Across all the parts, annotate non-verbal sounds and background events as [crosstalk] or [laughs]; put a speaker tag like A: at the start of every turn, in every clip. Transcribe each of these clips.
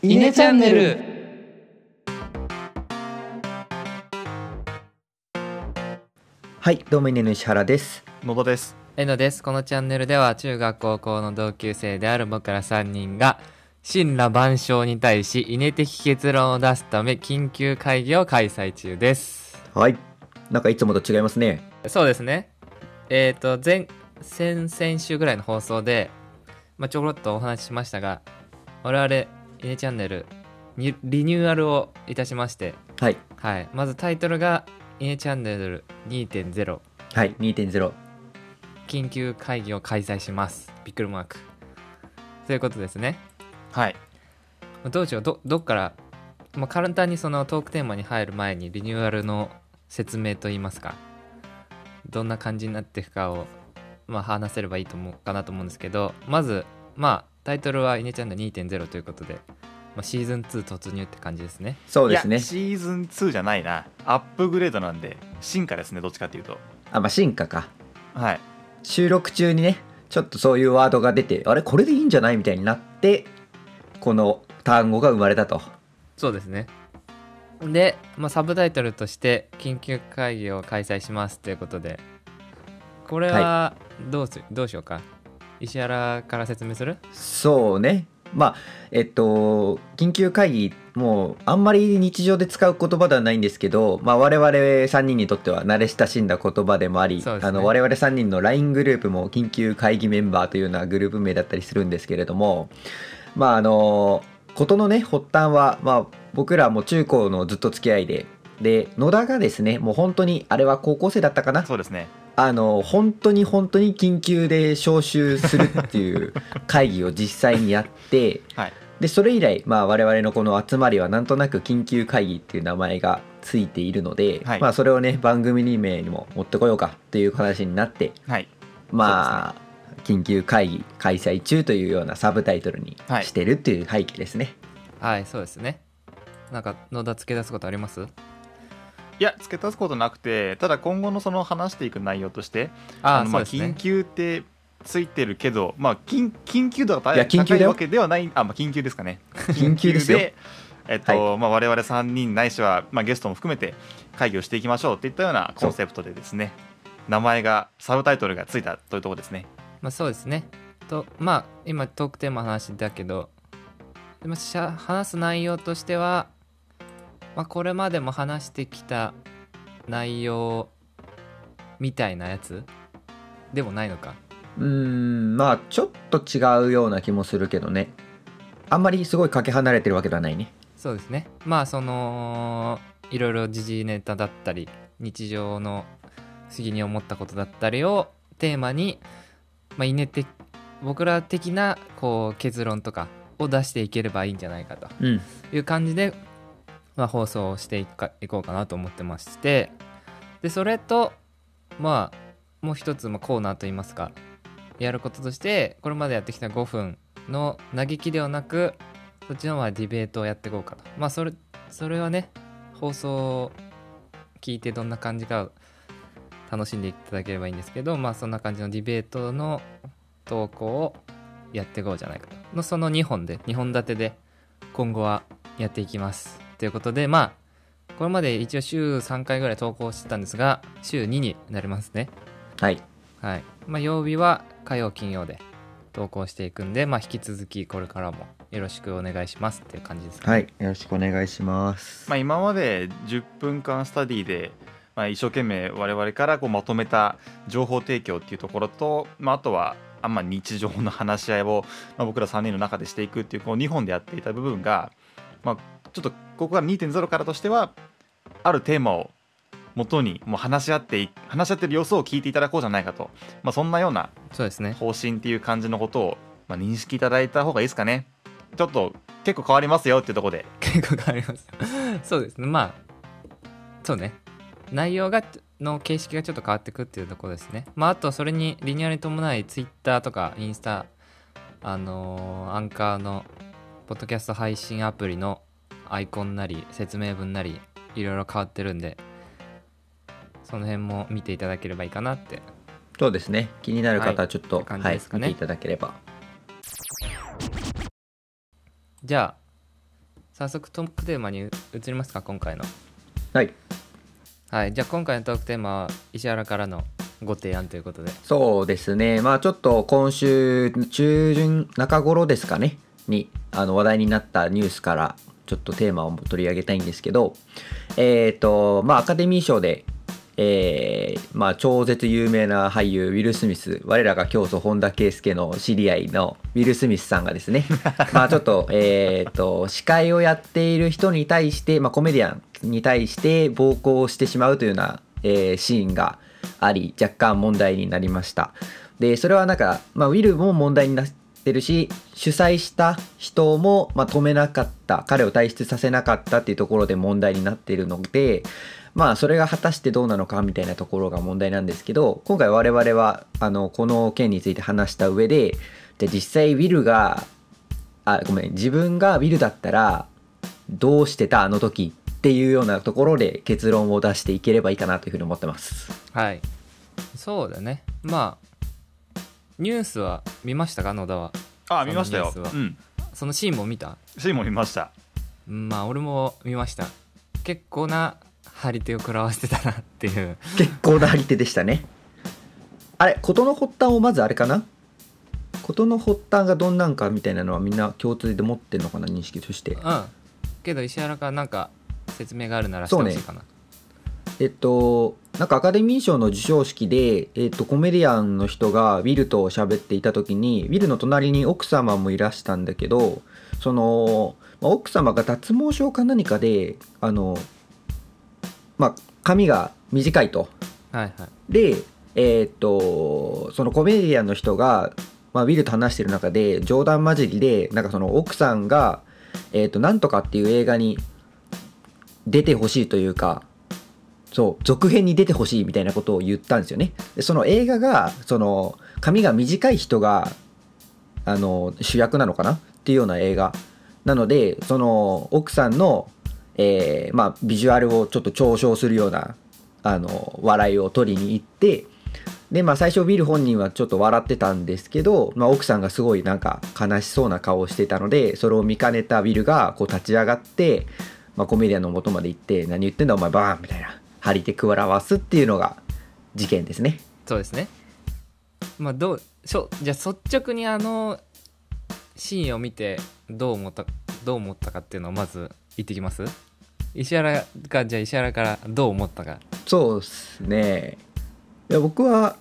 A: イネチャンネル
B: はい、どうもイネの石原です。
C: 野田です。
A: えのですこのチャンネルでは中学高校の同級生である僕ら3人が神羅万象に対しイネ的結論を出すため緊急会議を開催中です
B: はい、なんかいつもと違いますね。
A: そうですねえっ、と前先々週ぐらいの放送で、まあ、ちょろっとお話ししましたが我々イネチャンネルにリニューアルをいたしまして
B: はい、
A: はい、まずタイトルが「イネチャンネル2.0
B: はい、2.0。
A: 緊急会議を開催します」びっくりマークということですね
C: はい。
A: どうしようどどっから、まあ、簡単にそのトークテーマに入る前にリニューアルの説明といいますかどんな感じになっていくかを、まあ、話せればいいと思うかなと思うんですけどまずまあタイトルは「イネチャンネル2.0」ということで、まあ、シーズン2突入って感じですね
B: そうですね
C: いや。シーズン2じゃないな。アップグレードなんで、進化ですね、どっちかっていうと。
B: あ、まあ、進化か。
C: はい。
B: 収録中にね、ちょっとそういうワードが出て、あれ、これでいいんじゃないみたいになって、この単語が生まれたと。
A: そうですね。で、まあ、サブタイトルとして「緊急会議を開催します」ということでこれはどうす、どうしようか石原から説明する
B: そうね。まあ、えっと、緊急会議、もう、あんまり日常で使う言葉ではないんですけど、まあ、我々3人にとっては慣れ親しんだ言葉でもあり、
A: そうですね
B: あの、我々3人の LINE グループも、緊急会議メンバーというようなグループ名だったりするんですけれども、まあ、あの、ことのね、発端は、まあ、僕らも中高のずっと付き合いで、で、野田がですね、もう本当に、あれは高校生だったかな
C: そうですね。
B: あの本当に本当に緊急で招集するっていう会議を実際にやって [laughs]
C: はい。
B: でそれ以来、まあ、我々のこの集まりはなんとなく緊急会議っていう名前がついているので、
C: はい
B: まあ、それをね番組名にも持ってこようかっていう話になって
C: はい。
B: まあ、緊急会議開催中というようなサブタイトルに
C: はい
B: してるっていう背景です
C: [laughs]
B: ね。
A: はいそうですねなんか野田付け出すことあります
C: いや、付け足すことなくて、ただ今後のその話していく内容として、
A: ああ
C: の
A: そ
C: ま
A: う
C: あ
A: です
C: 緊
A: ね
C: 急ってついてるけど、まあ、緊緊急度が
B: いや
C: 高
B: 緊
C: い
B: 急だ
C: 高い
B: よ
C: わけではない、あ、まあ、緊急ですかね。
B: 緊急ですよ
C: 緊えっとまあ、我々3人ないしは、まあ、ゲストも含めて会議をしていきましょうっていったようなコンセプトでですね名前がサブタイトルがついたというところですね
A: まあそうですねとまあ今トークテーマの話だけどでもしゃ話す内容としては、まあ、これまでも話してきた内容みたいなやつでもないのか
B: うーんまあちょっと違うような気もするけどねあんまりすごいかけ離れてるわけではないね。
A: そうですねまあそのいろいろ時事ネタだったり日常の不思議に思ったことだったりをテーマに、まあ、イネ的僕ら的なこう結論とかを出していければいいんじゃないかと
B: うん、
A: いう感じで、まあ、放送をしていくかいこうかなと思ってましてでそれとまあもう一つまあコーナーといいますかやることとしてこれまでやってきた5分の嘆きではなくそっちの方はディベートをやっていこうかとまあそれそれはね放送を聞いてどんな感じか楽しんでいただければいいんですけどまあそんな感じのディベートの投稿をやっていこうじゃないかとのその2本で2本立てで今後はやっていきますということでまあこれまで一応週3回ぐらい投稿してたんですが週2になりますね
B: はい
A: はいまあ曜日は火曜金曜で投稿していくんでまあ引き続きこれからもよろしくお願いしますっていう感じですかね
B: はい、よろしくお願いします。
C: まあ、今まで10分間スタディで、まあ、一生懸命我々からこうまとめた情報提供っていうところと、まあ、あとはあんま日常の話し合いを、まあ、僕ら3人の中でしていくっていうこう2本でやっていた部分が、まあ、ちょっとここから2.0からとしてはあるテーマを元にもう話し合ってい話し合ってる様子を聞いていただこうじゃないかと、まあ、そんなような
A: そうですね
C: 方針っていう感じのことを、まあ、認識いただいた方がいいですかね。ちょっと結構変わりますよっていうところで
A: 結構変わりますそうですね [laughs] まあそうね内容がの形式がちょっと変わってくっていうところですねまああとそれにリニューアルに伴いツイッターとかインスタあのーアンカーのポッドキャスト配信アプリのアイコンなり説明文なりいろいろ変わってるんでその辺も見ていただければいいかなって
B: そうですね。気になる方
A: は
B: はちょっと、
A: って
B: は
A: 感
B: い
A: じですかね
B: 見ていただければ。
A: じゃあ早速トークテーマに移りますか今回の
B: はい
A: はいじゃあ今回のトークテーマは石原からのご提案ということで
B: そうですねまあちょっと今週中旬中頃ですかねにあの話題になったニュースからちょっとテーマを取り上げたいんですけどえっ、とまあアカデミー賞でえーまあ、超絶有名な俳優ウィル・スミス我らが教祖本田圭佑の知り合いのウィル・スミスさんがですねまあちょっと,、えー、と司会をやっている人に対して、まあ、コメディアンに対して暴行をしてしまうというような、えーシーンがあり若干問題になりましたでそれはなんか、まあ、ウィルも問題になってるし主催した人も、まあ、止めなかった彼を退出させなかったっていうところで問題になっているのでまあそれが果たしてどうなのかみたいなところが問題なんですけど今回我々はあのこの件について話した上でじゃあ実際ウィルがあごめん自分がウィルだったらどうしてたあの時っていうようなところで結論を出していければいいかなというふうに思ってます。
A: はいそうだねまあニュースは見ましたか野田は
C: あ見ましたよ
A: そのニュース
C: う
A: は
C: ん
A: そのシーンも見た
C: シーンも見ました
A: うんまあ俺も見ました結構な張り手を食らわせてたなっていう
B: 結構な張り手でしたねあれ事の発端をまずあれかな事の発端がどんなんかみたいなのはみんな共通で持ってんのかな認識として
A: うんけど石原からなんか説明があるならしてほしいかな
B: えっとなんかアカデミー賞の授賞式で、えっと、コメディアンの人がウィルと喋っていた時にウィルの隣に奥様もいらしたんだけどその、まあ奥様が脱毛症か何かであのまあ髪が短いと
A: はいはい
B: で、えーっとそのコメディアンの人が、まあ、ウィルと話してる中で冗談交じりでなんかその奥さんが「えーっとなんとか」っていう映画に出てほしいというかそう続編に出てほしいみたいなことを言ったんですよね。でその映画がその髪が短い人があの主役なのかなっていうような映画なのでその奥さんの、えーまあ、ビジュアルをちょっと嘲笑するようなあの笑いを取りに行ってでまあ最初ビル本人はちょっと笑ってたんですけど、まあ、奥さんがすごいなんか悲しそうな顔をしてたのでそれを見かねたビルがこう立ち上がって、まあ、コメディアンの元まで行って「何言ってんだお前バーン!」みたいな張り手くわらわすっていうのが事件ですね。
A: そうですねまあどうしょじゃあ率直にあのシーンを見てどう思ったどう思ったかっていうのをまず言ってきます石原がじゃあ石原からどう思ったか
B: そうですねいや僕は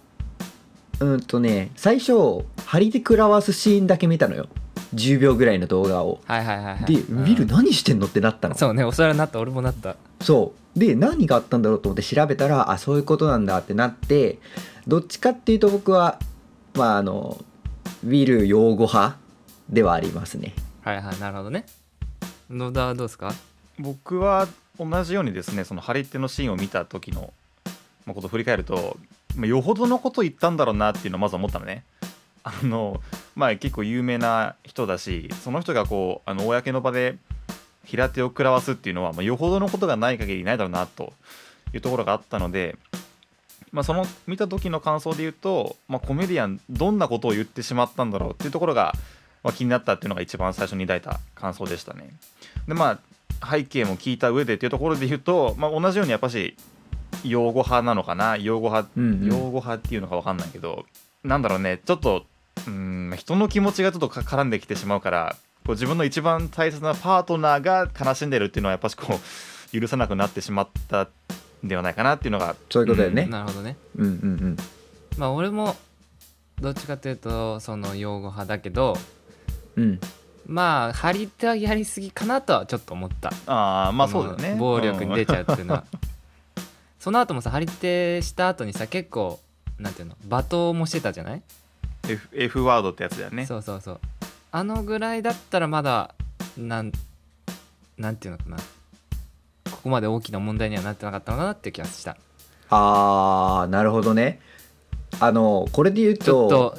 B: うんとね最初張り手くらわすシーンだけ見たのよ10秒ぐらいの動画を。
A: はいはいはい、はい、
B: で
A: うん
B: ビル何してんのってなったの。
A: そうねお世話になった俺もなった
B: そうで何があったんだろうと思って調べたらあそういうことなんだってなってどっちかっていうと僕はまああのウィル擁護派ではありますね
A: はいはいなるほどね野田はどうですか
C: 僕は同じようにですねその張り手のシーンを見た時のまあことを振り返ると、まあ、よほどのこと言ったんだろうなっていうのをまず思ったのね。あのまあ、結構有名な人だしその人がこうあの公の場で平手を食らわすっていうのは、まあ、よほどのことがない限りないだろうなというところがあったので、まあ、その見た時の感想で言うと、まあ、コメディアンどんなことを言ってしまったんだろうっていうところが、まあ、気になったっていうのが一番最初に抱いた感想でしたね。でまあ背景も聞いた上でっていうところで言うと、まあ、同じようにやっぱし擁護派なのかな擁護派、
B: うんうん
C: 擁護派っていうのか分かんないけどなんだろうねちょっとうん人の気持ちがちょっとか絡んできてしまうからこう自分の一番大切なパートナーが悲しんでるっていうのはやっぱしこう許 [laughs] さなくなってしまったんではないかなっていうのが
B: そういうことだよね
A: なるほどね
B: うんうんうん
A: まあ俺もどっちかというとその擁護派だけど
B: うん
A: まあ張り手はやりすぎかなとはちょっと思った
C: ああまあそうだよね
A: この暴力に出ちゃうっていうのは、
C: ん
A: その後もさ張り手した後にさ結構なんていうの罵倒もしてたじゃない、
C: F, F ワードってやつだよね
A: そうそうそうあのぐらいだったらまだなんなんていうのかなここまで大きな問題にはなってなかったのかなっていう気がした
B: あーなるほどねあのこれで言う
A: ちょっ
B: と
A: と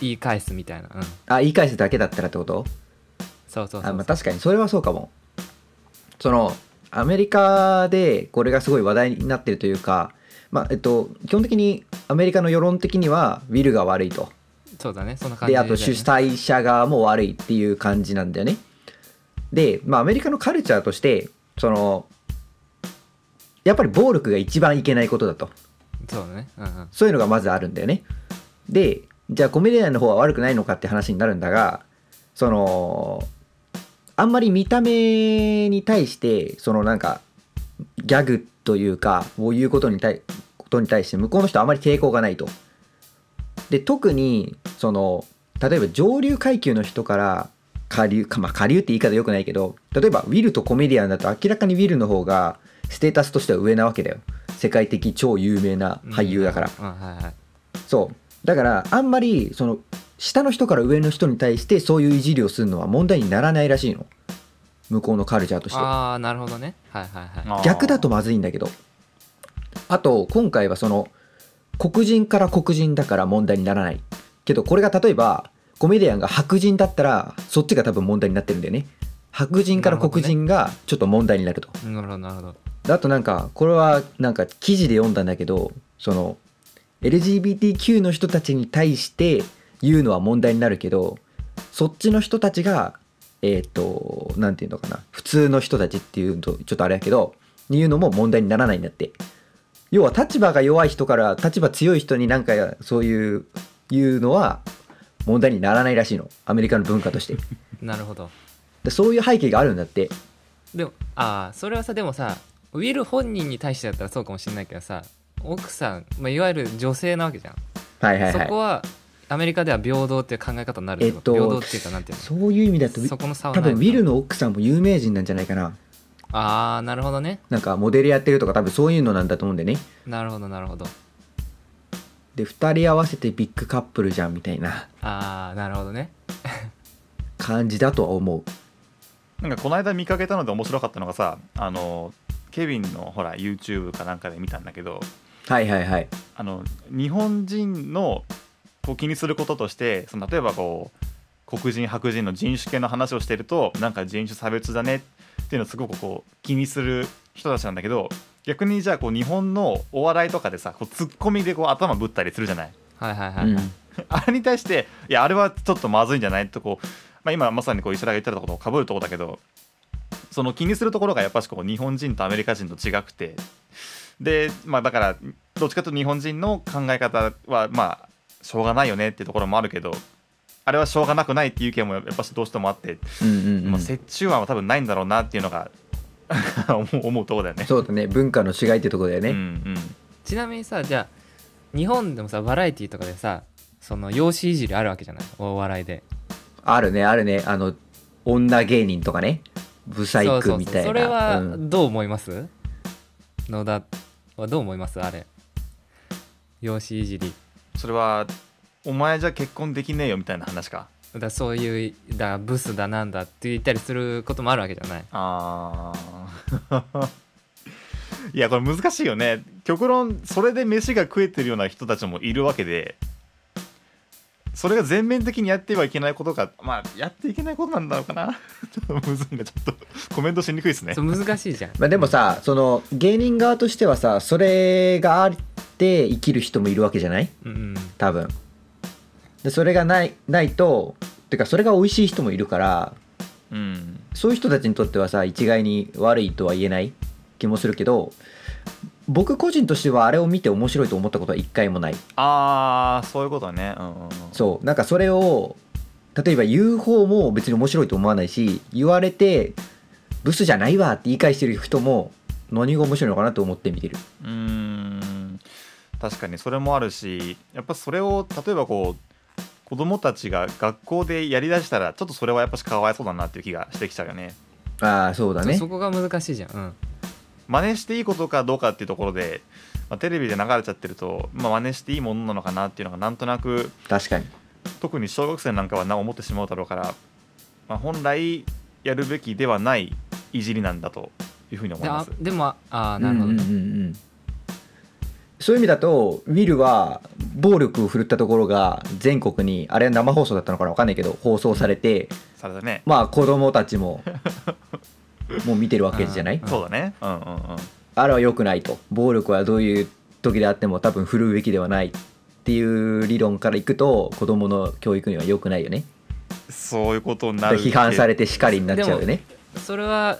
A: 言い返すみたいな、うん、
B: あ言い返すだけだったらってこと
A: そうそうそう
B: あまあ、確かにそれはそうかもそのアメリカでこれがすごい話題になってるというか、まあえっと、基本的にアメリカの世論的にはウィルが悪いと
A: そうだねそんな感じ
B: で
A: だ
B: あ
A: よね
B: と主催者側も悪いっていう感じなんだよねで、まあ、アメリカのカルチャーとしてそのやっぱり暴力が一番いけないことだと
A: そうだねうんうん
B: そういうのがまずあるんだよね。でじゃあコメディアンの方は悪くないのかって話になるんだがそのあんまり見た目に対してそのなんかギャグというかこういうことに対ことに対して向こうの人はあまり抵抗がないと。で特にその例えば上流階級の人から下流かまあ下流って言い方良くないけど例えばウィルとコメディアンだと明らかにウィルの方がステータスとしては上なわけだよ世界的超有名な俳優だから、
A: うんうんはいはい
B: そうだからあんまりその下の人から上の人に対してそういういじりをするのは問題にならないらしいの向こうのカルチャーとして
A: ああなるほどねはいはいはい
B: 逆だとまずいんだけどあと今回はその黒人から黒人だから問題にならないけどこれが例えばコメディアンが白人だったらそっちが多分問題になってるんだよね白人から黒人がちょっと問題になると
A: なるほどなるほど
B: あとなんかこれはなんか記事で読んだんだけどその LGBTQ の人たちに対して言うのは問題になるけどそっちの人たちがえっ、となんていうのかな普通の人たちっていうとちょっとあれやけどに言うのも問題にならないんだって要は立場が弱い人から立場強い人になんかそういう言うのは問題にならないらしいのアメリカの文化として
A: なるほど
B: でそういう背景があるんだって
A: でもああそれはさでもさウィル本人に対してだったらそうかもしれないけどさ奥さん、まあ、いわゆる女性なわけじゃん、
B: はいはいはい
A: そこはアメリカでは平等っていう考え方になるってこと、
B: えっと
A: 平等っていうかなんていう
B: そういう意味だと
A: のそこの差はな
B: 多
A: いの
B: 分
A: か
B: ウ
A: な
B: ィルの奥さんも有名人なんじゃないかな
A: ああなるほどね
B: なんかモデルやってるとか多分そういうのなんだと思うんでね
A: なるほどなるほど
B: で2人合わせてビッグカップルじゃんみたいな
A: ああなるほどね
B: 感じだとは思う
C: なんかこの間見かけたので面白かったのがさあのケビンのほら YouTube かなんかで見たんだけど
B: はいはいはい
C: あの日本人のこう気にすることとしてその例えばこう黒人白人の人種系の話をしてるとなんか人種差別だねっていうのをすごくこう気にする人たちなんだけど逆にじゃあこう日本のお笑いとかでさこうツッコミでこう頭ぶったりするじゃない。
A: はいはいはい、
B: うん
C: あれに対していやあれはちょっとまずいんじゃないとこう、まあ、今まさにこう石田が言ってたことをかぶるとこだけどその気にするところがやっぱしこう日本人とアメリカ人と違くてで、まあ、だからどっちかというと日本人の考え方はまあしょうがないよねっていうところもあるけどあれはしょうがなくないっていう意見もやっぱしどうしてもあって、
B: うんうんうん
C: まあ、折衷案は多分ないんだろうなっていうのが [laughs] 思う思うところだよね。
B: そうだね文化の違いってとこだよ
C: うん
B: ね、
C: うん
A: ちなみにさじゃあ日本でもさバラエティーとかでさその容姿いじりあるわけじゃないお笑いで
B: あるねあるねあの女芸人とかねブサイクみたいな
A: それは
B: うん
A: どう思います、野田はどう思いますあれ容姿いじり
C: それはお前じゃ結婚できねえよみたいな話か。
A: だそういうだブスだなんだって言ったりすることもあるわけじゃ
B: [laughs]
A: ない
C: あー [laughs] いやこれ難しいよね極論それで飯が食えてるような人たちもいるわけでそれが全面的にやってはいけないことかまあやっていけないことなんだろうかな [laughs] ちょっとむずいなちょっとコメントしにくいですね
A: そう難しいじゃん、
B: まあ、でもさその芸人側としてはさそれがあって生きる人もいるわけじゃない
A: うんうん、
B: 多分でそれがないないとてかそれが美味しい人もいるから
C: うん
B: そういう人たちにとってはさ一概に悪いとは言えない気もするけど僕個人としてはあれを見て面白いと思ったことは一回もない
C: ああそういうことねうんうんうん
B: そうなんかそれを例えば言う方も別に面白いと思わないし言われてブスじゃないわって言い返してる人も何が面白いのかなと思って見てる
C: うーん確かにそれもあるしやっぱそれを例えばこう子供たちが学校でやりだしたらちょっとそれはやっぱしかわいそうだなっていう気がしてきちゃうよね
B: ああそうだ
A: そう
B: ね
A: そこが難しいじゃん、うん、
C: 真似していいことかどうかっていうところで、まあ、テレビで流れちゃってると、まあ、真似していいものなのかなっていうのがなんとなく
B: 確かに
C: 特に小学生なんかはな思ってしまうだろうから、まあ、本来やるべきではないいじりなんだというふうに思い
A: で
C: ま
A: あ
C: す。
A: でもああーなるほど、
B: うんうんうんうんそういう意味だとウィルは暴力を振るったところが全国にあれは生放送だったのかな分かんないけど放送されて
C: それだね。
B: まあ子供たちももう見てるわけじゃない
A: うん
C: そうだね。うんうんうん。
B: あれは良くないと暴力はどういう時であっても多分振るうべきではないっていう理論からいくと子供の教育には良くないよね
C: そういうことに
B: だ
C: な
B: から
C: る。
B: 批判さ
C: れ
B: れて叱りになっちゃうよね
A: それは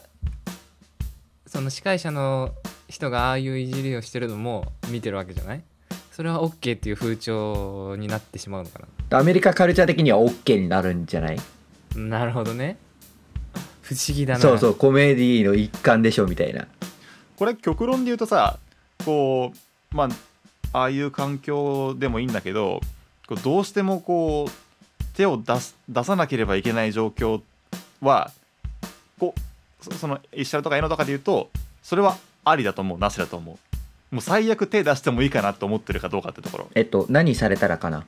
A: その司会者の人がああいういじりをしてるのも見てるわけじゃないそれは OK っていう風潮になってしまうのか
B: アメリカカルチャー的には OK になるんじゃない
A: ななるほどね不思議だな
B: そうそうコメディの一環でしょみたいな
C: これ極論で言うとさこうまあああいう環境でもいいんだけどこうどうしてもこう手を出す出さなければいけない状況はこうそその一社とかエノとかで言うとそれはありだと思うなしだと思うもう最悪手出してもいいかなと思ってるかどうかってところ
B: えっと何されたらかな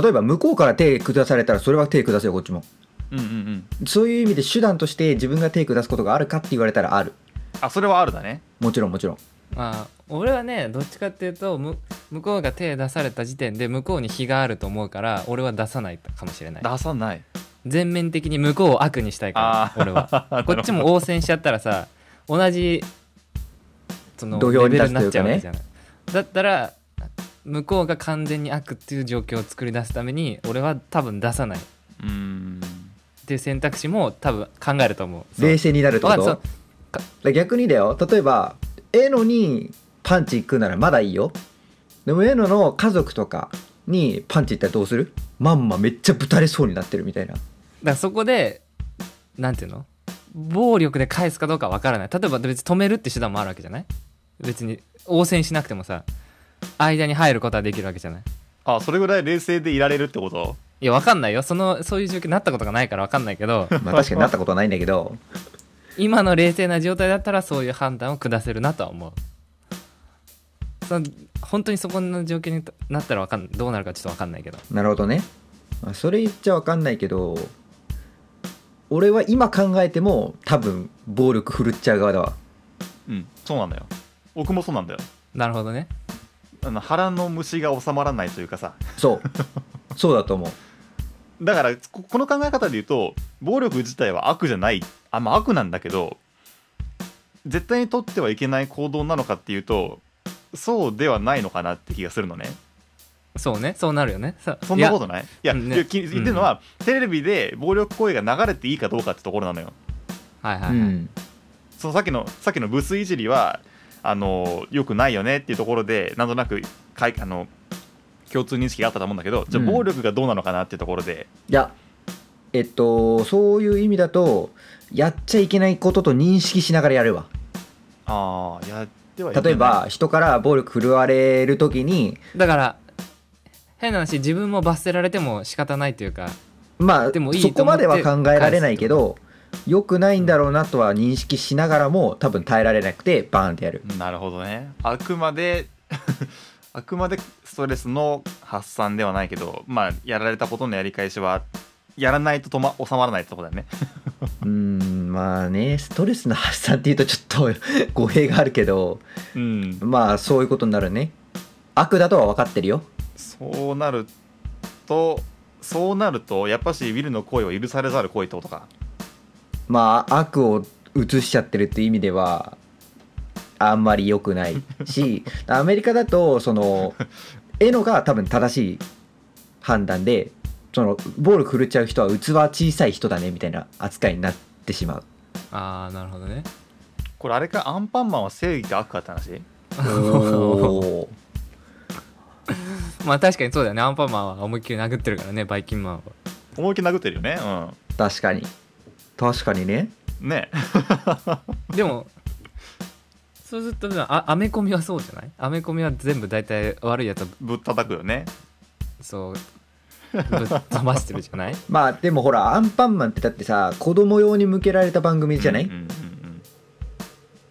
B: 例えば向こうから手下されたらそれは手下せよこっちも
C: うんうんうん
B: そういう意味で手段として自分が手下すことがあるかって言われたらある
C: あそれはあるだね
B: もちろんもちろん
A: まあ俺はねどっちかっていうとむ向こうが手出された時点で向こうに非があると思うから俺は出さないかもしれない
C: 出さ [laughs] ない
A: 全面的に向こうを悪にしたいか
C: あー
A: ら俺は
C: なるほ
A: こ
C: ど
A: っちも応戦しちゃったらさ同じその
B: 土俵に
A: レベ
B: 立
A: ル
B: つ
A: に
B: と
A: な
B: い
A: っ
B: うかね
A: ちゃうわけじゃないだったら向こうが完全に悪っていう状況を作り出すために俺は多分出さないっ
C: [laughs] うーん
A: ていう選択肢も多分考えると思う
B: 冷静になるってこ
A: わかん
B: と
A: ない
B: だ逆にだよ例えばエノにパンチ行くならまだいいよでもエノの家族とかにパンチ行ったらどうするまんまめっちゃぶたれそうになってるみたいな
A: だからそこでなんていうの暴力で返すかどうかわからない例えば別に止めるって手段もあるわけじゃない別に応戦しなくてもさ間に入ることはできるわけじゃない
C: あそれぐらい冷静でいられるってこと
A: いやわかんないよそのそういう状況になったことがないからわかんないけど
B: まあ確かになったことはないんだけど
A: 今の冷静な状態だったらそういう判断を下せるなとは思うその本当にそこの状況になったらわかんどうなるかちょっとわかんないけど
B: なるほどねまあそれ言っちゃわかんないけど俺は今考えても多分暴力振るっちゃう側だわ
C: うんそうなんだよ僕もそうなんだよ
A: なるほどね
C: あの腹の虫が収まらないというかさ
B: そう
A: [laughs]
B: そうだと思う
C: だからここの考え方で言うと暴力自体は悪じゃないあまあ悪なんだけど絶対に取ってはいけない行動なのかっていうとそうではないのかなって気がするのね
A: そうねそうなるよねさ
C: そんなことないいや
A: うんね
C: いやき言ってるのは、テレビで暴力行為が流れていいかどうかってところなのよ
A: いやはいは
B: う
A: いはい、
B: ん
C: そのさっきのさっきのブスいじりはあのよくないよねっていうところでなんとなくかいあの共通認識があったと思うんだけどじゃあ
B: うん
C: 暴力がどうなのかなっていうところで、
B: いやえっとそういう意味だとやっちゃいけないことと認識しながらやるわ
C: ああやってはいけない
B: 例えば人から暴力振るわれる時に
A: だから変な話自分も罰せられても仕方ないというか
B: まあ
A: でもいいと
B: そ
A: 思って
B: こまでは考えられないけど良くないんだろうなとは認識しながらも多分耐えられなくてバーンってやる
C: なるほどねあくまで [laughs] あくまでストレスの発散ではないけどまあやられたことのやり返しはやらないととま収まらないってとこだよね
B: うーんまあねストレスの発散っていうとちょっと語弊があるけど
C: うん
B: まあそういうことになるね悪だとは分かってるよ
C: そうなるとそうなるとやっぱしウィルの行為は許されざる行為ってことか
B: まあ悪を移しちゃってるっていう意味ではあんまり良くないしアメリカだとその絵のが多分正しい判断でその暴力振るっちゃう人は器小さい人だねみたいな扱いになってしまう
A: ああなるほどね
C: これあれかアンパンマンは正義か悪かって話
B: お
A: まあ確かにそうだよねアンパンマンは思いっきり殴ってるからねバイキンマンは
C: 思いっきり殴ってるよね
B: 確かに確かにね
C: うんね [laughs]
A: でもそうするとあアメコミはそうじゃないアメコミは全部大体悪いやつは
C: ぶったたくよね
A: そうぶっ飛ばしてるじゃない
B: まあでもほらアンパンマンってだってさ子供用に向けられた番組じゃない、
C: うんうんうん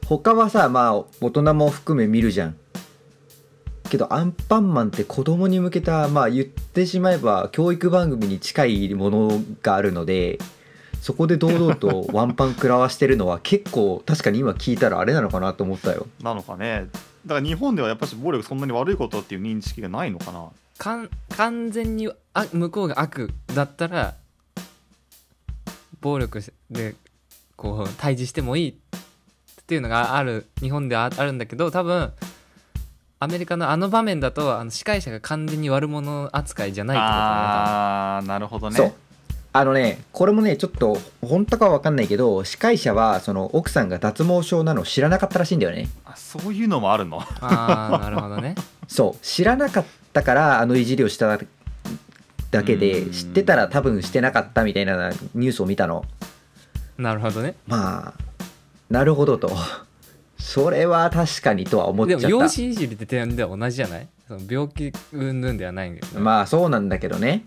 B: 他はさまあ大人も含め見るじゃんけどアンパンマンって子供に向けたまあ言ってしまえば教育番組に近いものがあるのでそこで堂々 [laughs] とワンパン食らわしてるのは結構確かに今聞いたらあれなのかなと思ったよ
C: うんなのかねだから日本ではやっぱし暴力そんなに悪いことっていう認識がないのかな
A: かん完全にあ向こうが悪だったら暴力でこう対峙してもいいっていうのがある日本ではあるんだけど多分アメリカのあの場面だとあの司会者が完全に悪者扱いじゃないってことだね多分
C: ああーなるほどね
B: そうあのねこれもねちょっと本当かは分かんないけど司会者はその奥さんが脱毛症なの知らなかったらしいんだよね
C: あそういうのもあるの
A: ああなるほ
B: [laughs]
A: どね
B: そう知らなかったからあのいじりをしただけ
C: う
B: で
C: ん
B: 知ってたら多分してなかったみたいなニュースを見たの
A: なるほどね
B: まあなるほどと [laughs] それは確かにとは思っち
A: で
B: ゃっ
A: も
B: た
A: 容姿いじりって点では同じじゃないその病気云々ではないんだけど、
B: まあそうなんだけどね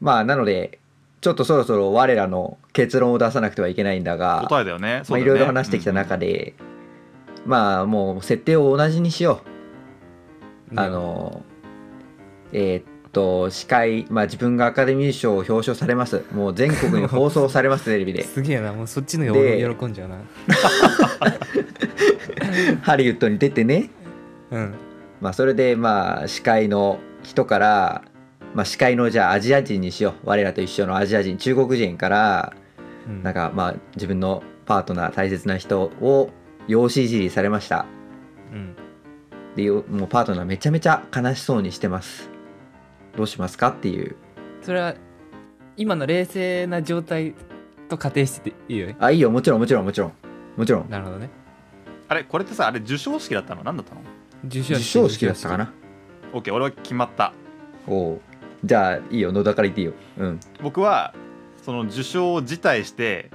B: まあなのでちょっとそろそろ我らの結論を出さなくてはいけないんだが
C: 答えだよね
B: まあ、いろいろ話してきた中
C: で、
B: で、まあもう設定を同じにしよう、
A: ね
B: あのえーっと司会、まあ、自分がアカデミー賞を表彰されますもう全国に放送されますテレビです
A: げえなもうそっちの
B: で
A: 方が喜んじゃうな
B: ハリウッドに出てね、
A: うん
B: まあ、それでまあ司会の人から、まあ、司会のじゃあアジア人にしよう我らと一緒のアジア人中国人から
A: うん
B: なんかまあ自分のパートナー大切な人を養子いじりされました
A: うん
B: でよもうパートナーめちゃめちゃ悲しそうにしてますどうしますかっていう
A: それは今の冷静な状態と仮定してていいよね
B: あいいよもちろんもちろんもちろんもちろん
A: なるほどね
C: あれこれってさあれ授賞式だったの何だったの
A: 受賞
B: 授賞式だったかな
C: ?OK 俺は決まった
B: おうじゃあいいよ野田から言っていいようん
C: 僕はその受賞を辞退して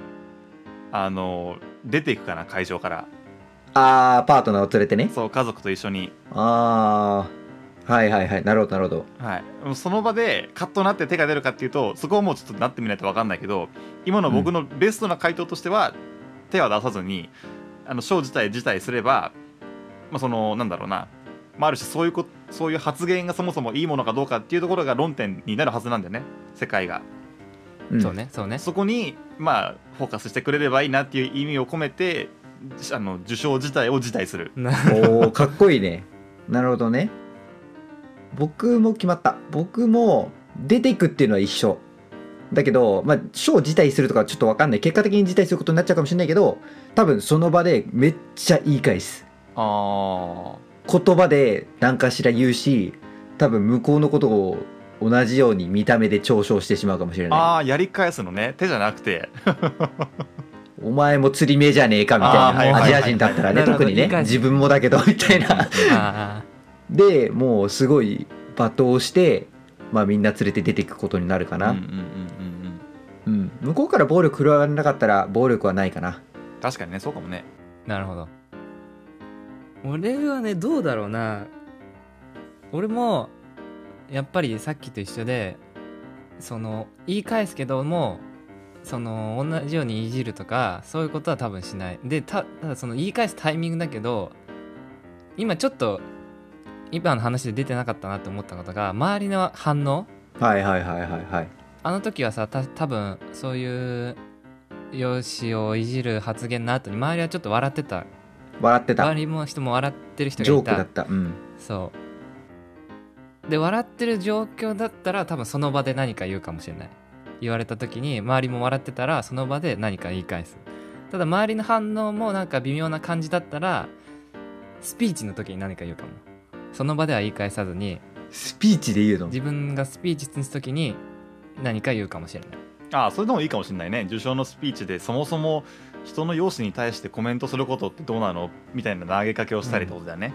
C: あの出ていくかな会場から
B: あーパートナーを連れてね
C: そう家族と一緒に、
B: あーはいはいはいなるほどなるほど
C: はい、もうその場でカッとなって手が出るかっていうとそこはもうちょっとなってみないと分かんないけど今の僕のベストな回答としては、手は出さずにあの賞自体辞退すれば、まあ、そのなんだろうな、まあ、ある種そういうこそういう発言がそもそもいいものかどうかっていうところが論点になるはずなんだよね世界が。
B: ん
A: そうねそうね
C: そこにまあフォーカスしてくれればいいなっていう意味を込めてあの受賞自体を辞退する
A: な
B: おーかっこいいねなるほどね僕も決まった僕も出ていくっていうのは一緒だけど、まあ、賞を辞退するとかはちょっと分かんない結果的に辞退することになっちゃうかもしれないけど多分その場でめっちゃ言い返す
C: あ
B: 言葉で何かしら言うし多分向こうのことを同じように見た目で嘲笑してしまうかもしれな
C: あーやり返すのね手じゃなくて
B: いお前も釣り目じゃねえかみたい
C: あーはい
B: な
C: はい
B: ア
C: はい
B: ジア人だったらね
A: なるほど
B: 特にね
A: 言い返す
B: 自分もだけどみたいな
A: あ
B: でもうすごい罵倒して、まあ、みんな連れて出ていくことになるか
C: うんうん
B: な、
C: うんうん
B: うん向こうから暴力振るわれなかったら暴力はないかな
C: うん確かにねそうかもね
A: ーなるほど俺はねどうだろうな俺もやっぱりさっきと一緒でその言い返すけどもその同じようにいじるとかそういうことは多分しないでたただその言い返すタイミングだけど今ちょっと今の話で出てなかったなって思ったことが周りの反応
B: はいはいはいはいはい
A: あの時はさた多分そういう容姿をいじる発言の後に周りはちょっと笑ってた
B: 笑ってた
A: 周りも人も笑ってる人
B: ジ
A: が
B: ョ
A: い
B: ークだ
A: た
B: ったうん
A: そうで笑ってる状況だったら多分その場で何か言うかもしれない言われた時に周りも笑ってたらその場で何か言い返すただ周りの反応もなんか微妙な感じだったらスピーチの時に何か言うかもその場では言い返さずに
B: スピーチで言うの
A: 自分がスピーチする時に何か言うかもしれない
C: ああそれでもいいかもしれないね受賞のスピーチでそもそも人の容姿に対してコメントすることってどうなのみたいな投げかけをしたりってことだよね、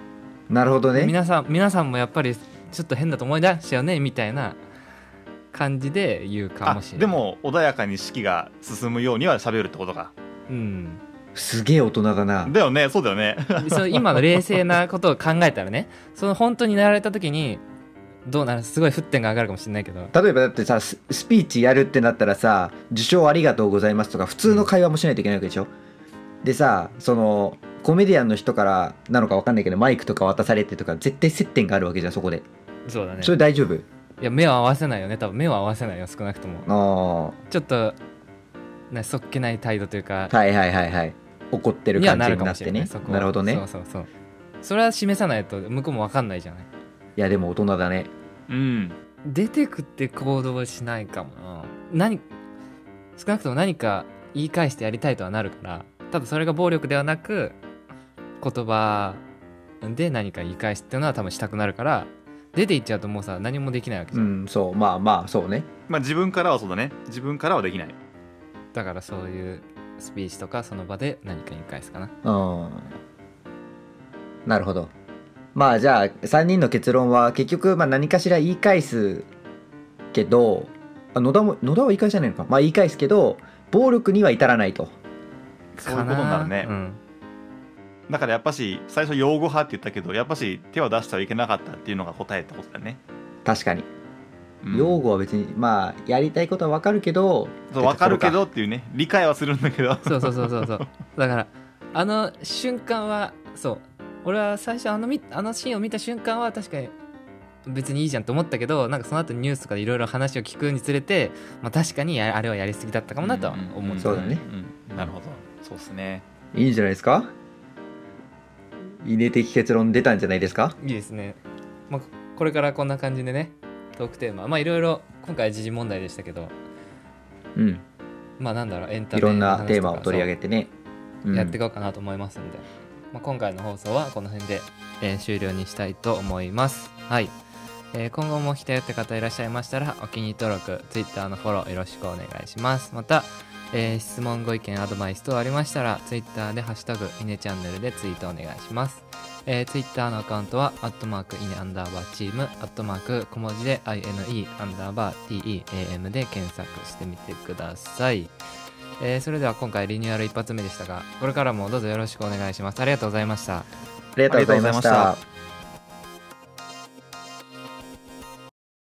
B: なるほどね
A: 皆さん皆さんもやっぱりちょっと変だと思い出しちゃうねみたいな感じで言うか
C: あ
A: もしれない
C: でも穏やかに式が進むようには喋るってことか
A: うん
B: すげえ大人だな
C: だよねそうだよね
A: そう今の冷静なことを考えたらねその本当になられた時にどうなるすごい沸点が上がるかもしれないけど
B: 例えばだってさススピーチやるってなったらさ「受賞ありがとうございます」とか普通の会話もしないといけないわけでしょでさそのコメディアンの人からなのか分かんないけどマイクとか渡されてとか絶対接点があるわけじゃんそこで
A: そうだね
B: それ大丈夫
A: いや目を合わせないよね多分目を合わせないよ少なくとも
B: あ
A: ちょっとねそっけない態度というか
B: あはいはいはいはい怒ってる
A: には
B: 感
A: な
B: じ
A: る
B: に
A: か
B: な
A: も
B: っ
A: してれない
B: ね
A: そこは
B: なるほどね
A: そうそうそうそれは示さないと向こうも分かんないじゃない
B: いやでも大人だね
C: うん
A: 出てくって行動はしないかもな何少なくとも何か言い返してやりたいとはなるからただそれが暴力ではなく言葉で何か言い返すっていうのは多分したくなるから出ていっちゃうともうさ何もできないわけじ
B: う
A: ゃん、
B: んそうまあまあそうね
C: [laughs] まあ自分からはそうだね自分からはできない
A: だからそういうスピーチとかその場で何かに返すかな
B: うんなるほどまあじゃあ3人の結論は結局まあ何かしら言い返すけどあ野田も野田は言い返さないのかまあ言い返すけど暴力には至らないと
C: そういうことになるね
A: かうん
C: だからやっぱし最初擁護派って言ったけどやっぱし手は出してはいけなかったっていうのが答えってことだね、
B: 確かに、
C: うん
B: 擁護は別にまあやりたいことは分かるけど
C: そう分かるけ
B: っ
C: どっていうね理解はするんだけど
A: [laughs] そうそうそうそうそうだからあの瞬間はそう俺は最初あのみあのシーンを見た瞬間は確かに別にいいじゃんと思ったけどなんかその後ニュースとかでいろいろ話を聞くにつれて、まあ、確かにああれはやりすぎだったかもなとは思うん
B: んそうだね、
C: うんなるほどそうですね
B: ところかいいんじゃないですか異例的結論出たんじゃないですか
A: いいですね、まあ、これからこんな感じでねトークテーマまあいろいろ今回は時事問題でしたけど
B: うん
A: まあなんだろうエンタメ
B: いろん
A: の話
B: な
A: とか
B: テーマを取り上げてね、
A: そうやってい
B: こ
A: こうかなと思いますんで、まあ、今回の放送はこの辺で、えー終了にしたいと思いますはい、えー今後も来たよって方いらっしゃいましたらお気に入り登録 Twitter のフォローよろしくお願いしますまた、えー質問ご意見アドバイス等ありましたら Twitter で「ハッシュタグイネチャンネル」でツイートお願いしますえー、Twitter のアカウントは、アットマーク、イネアンダーバーチーム、アットマーク、小文字で INE アンダーバー TEAM で検索してみてください。えーそれでは今回リニューアル一発目でしたが、これからもどうぞよろしくお願いします。ありがとうございました。
B: ありがとうございまし
C: ありがとうございま
B: た
C: し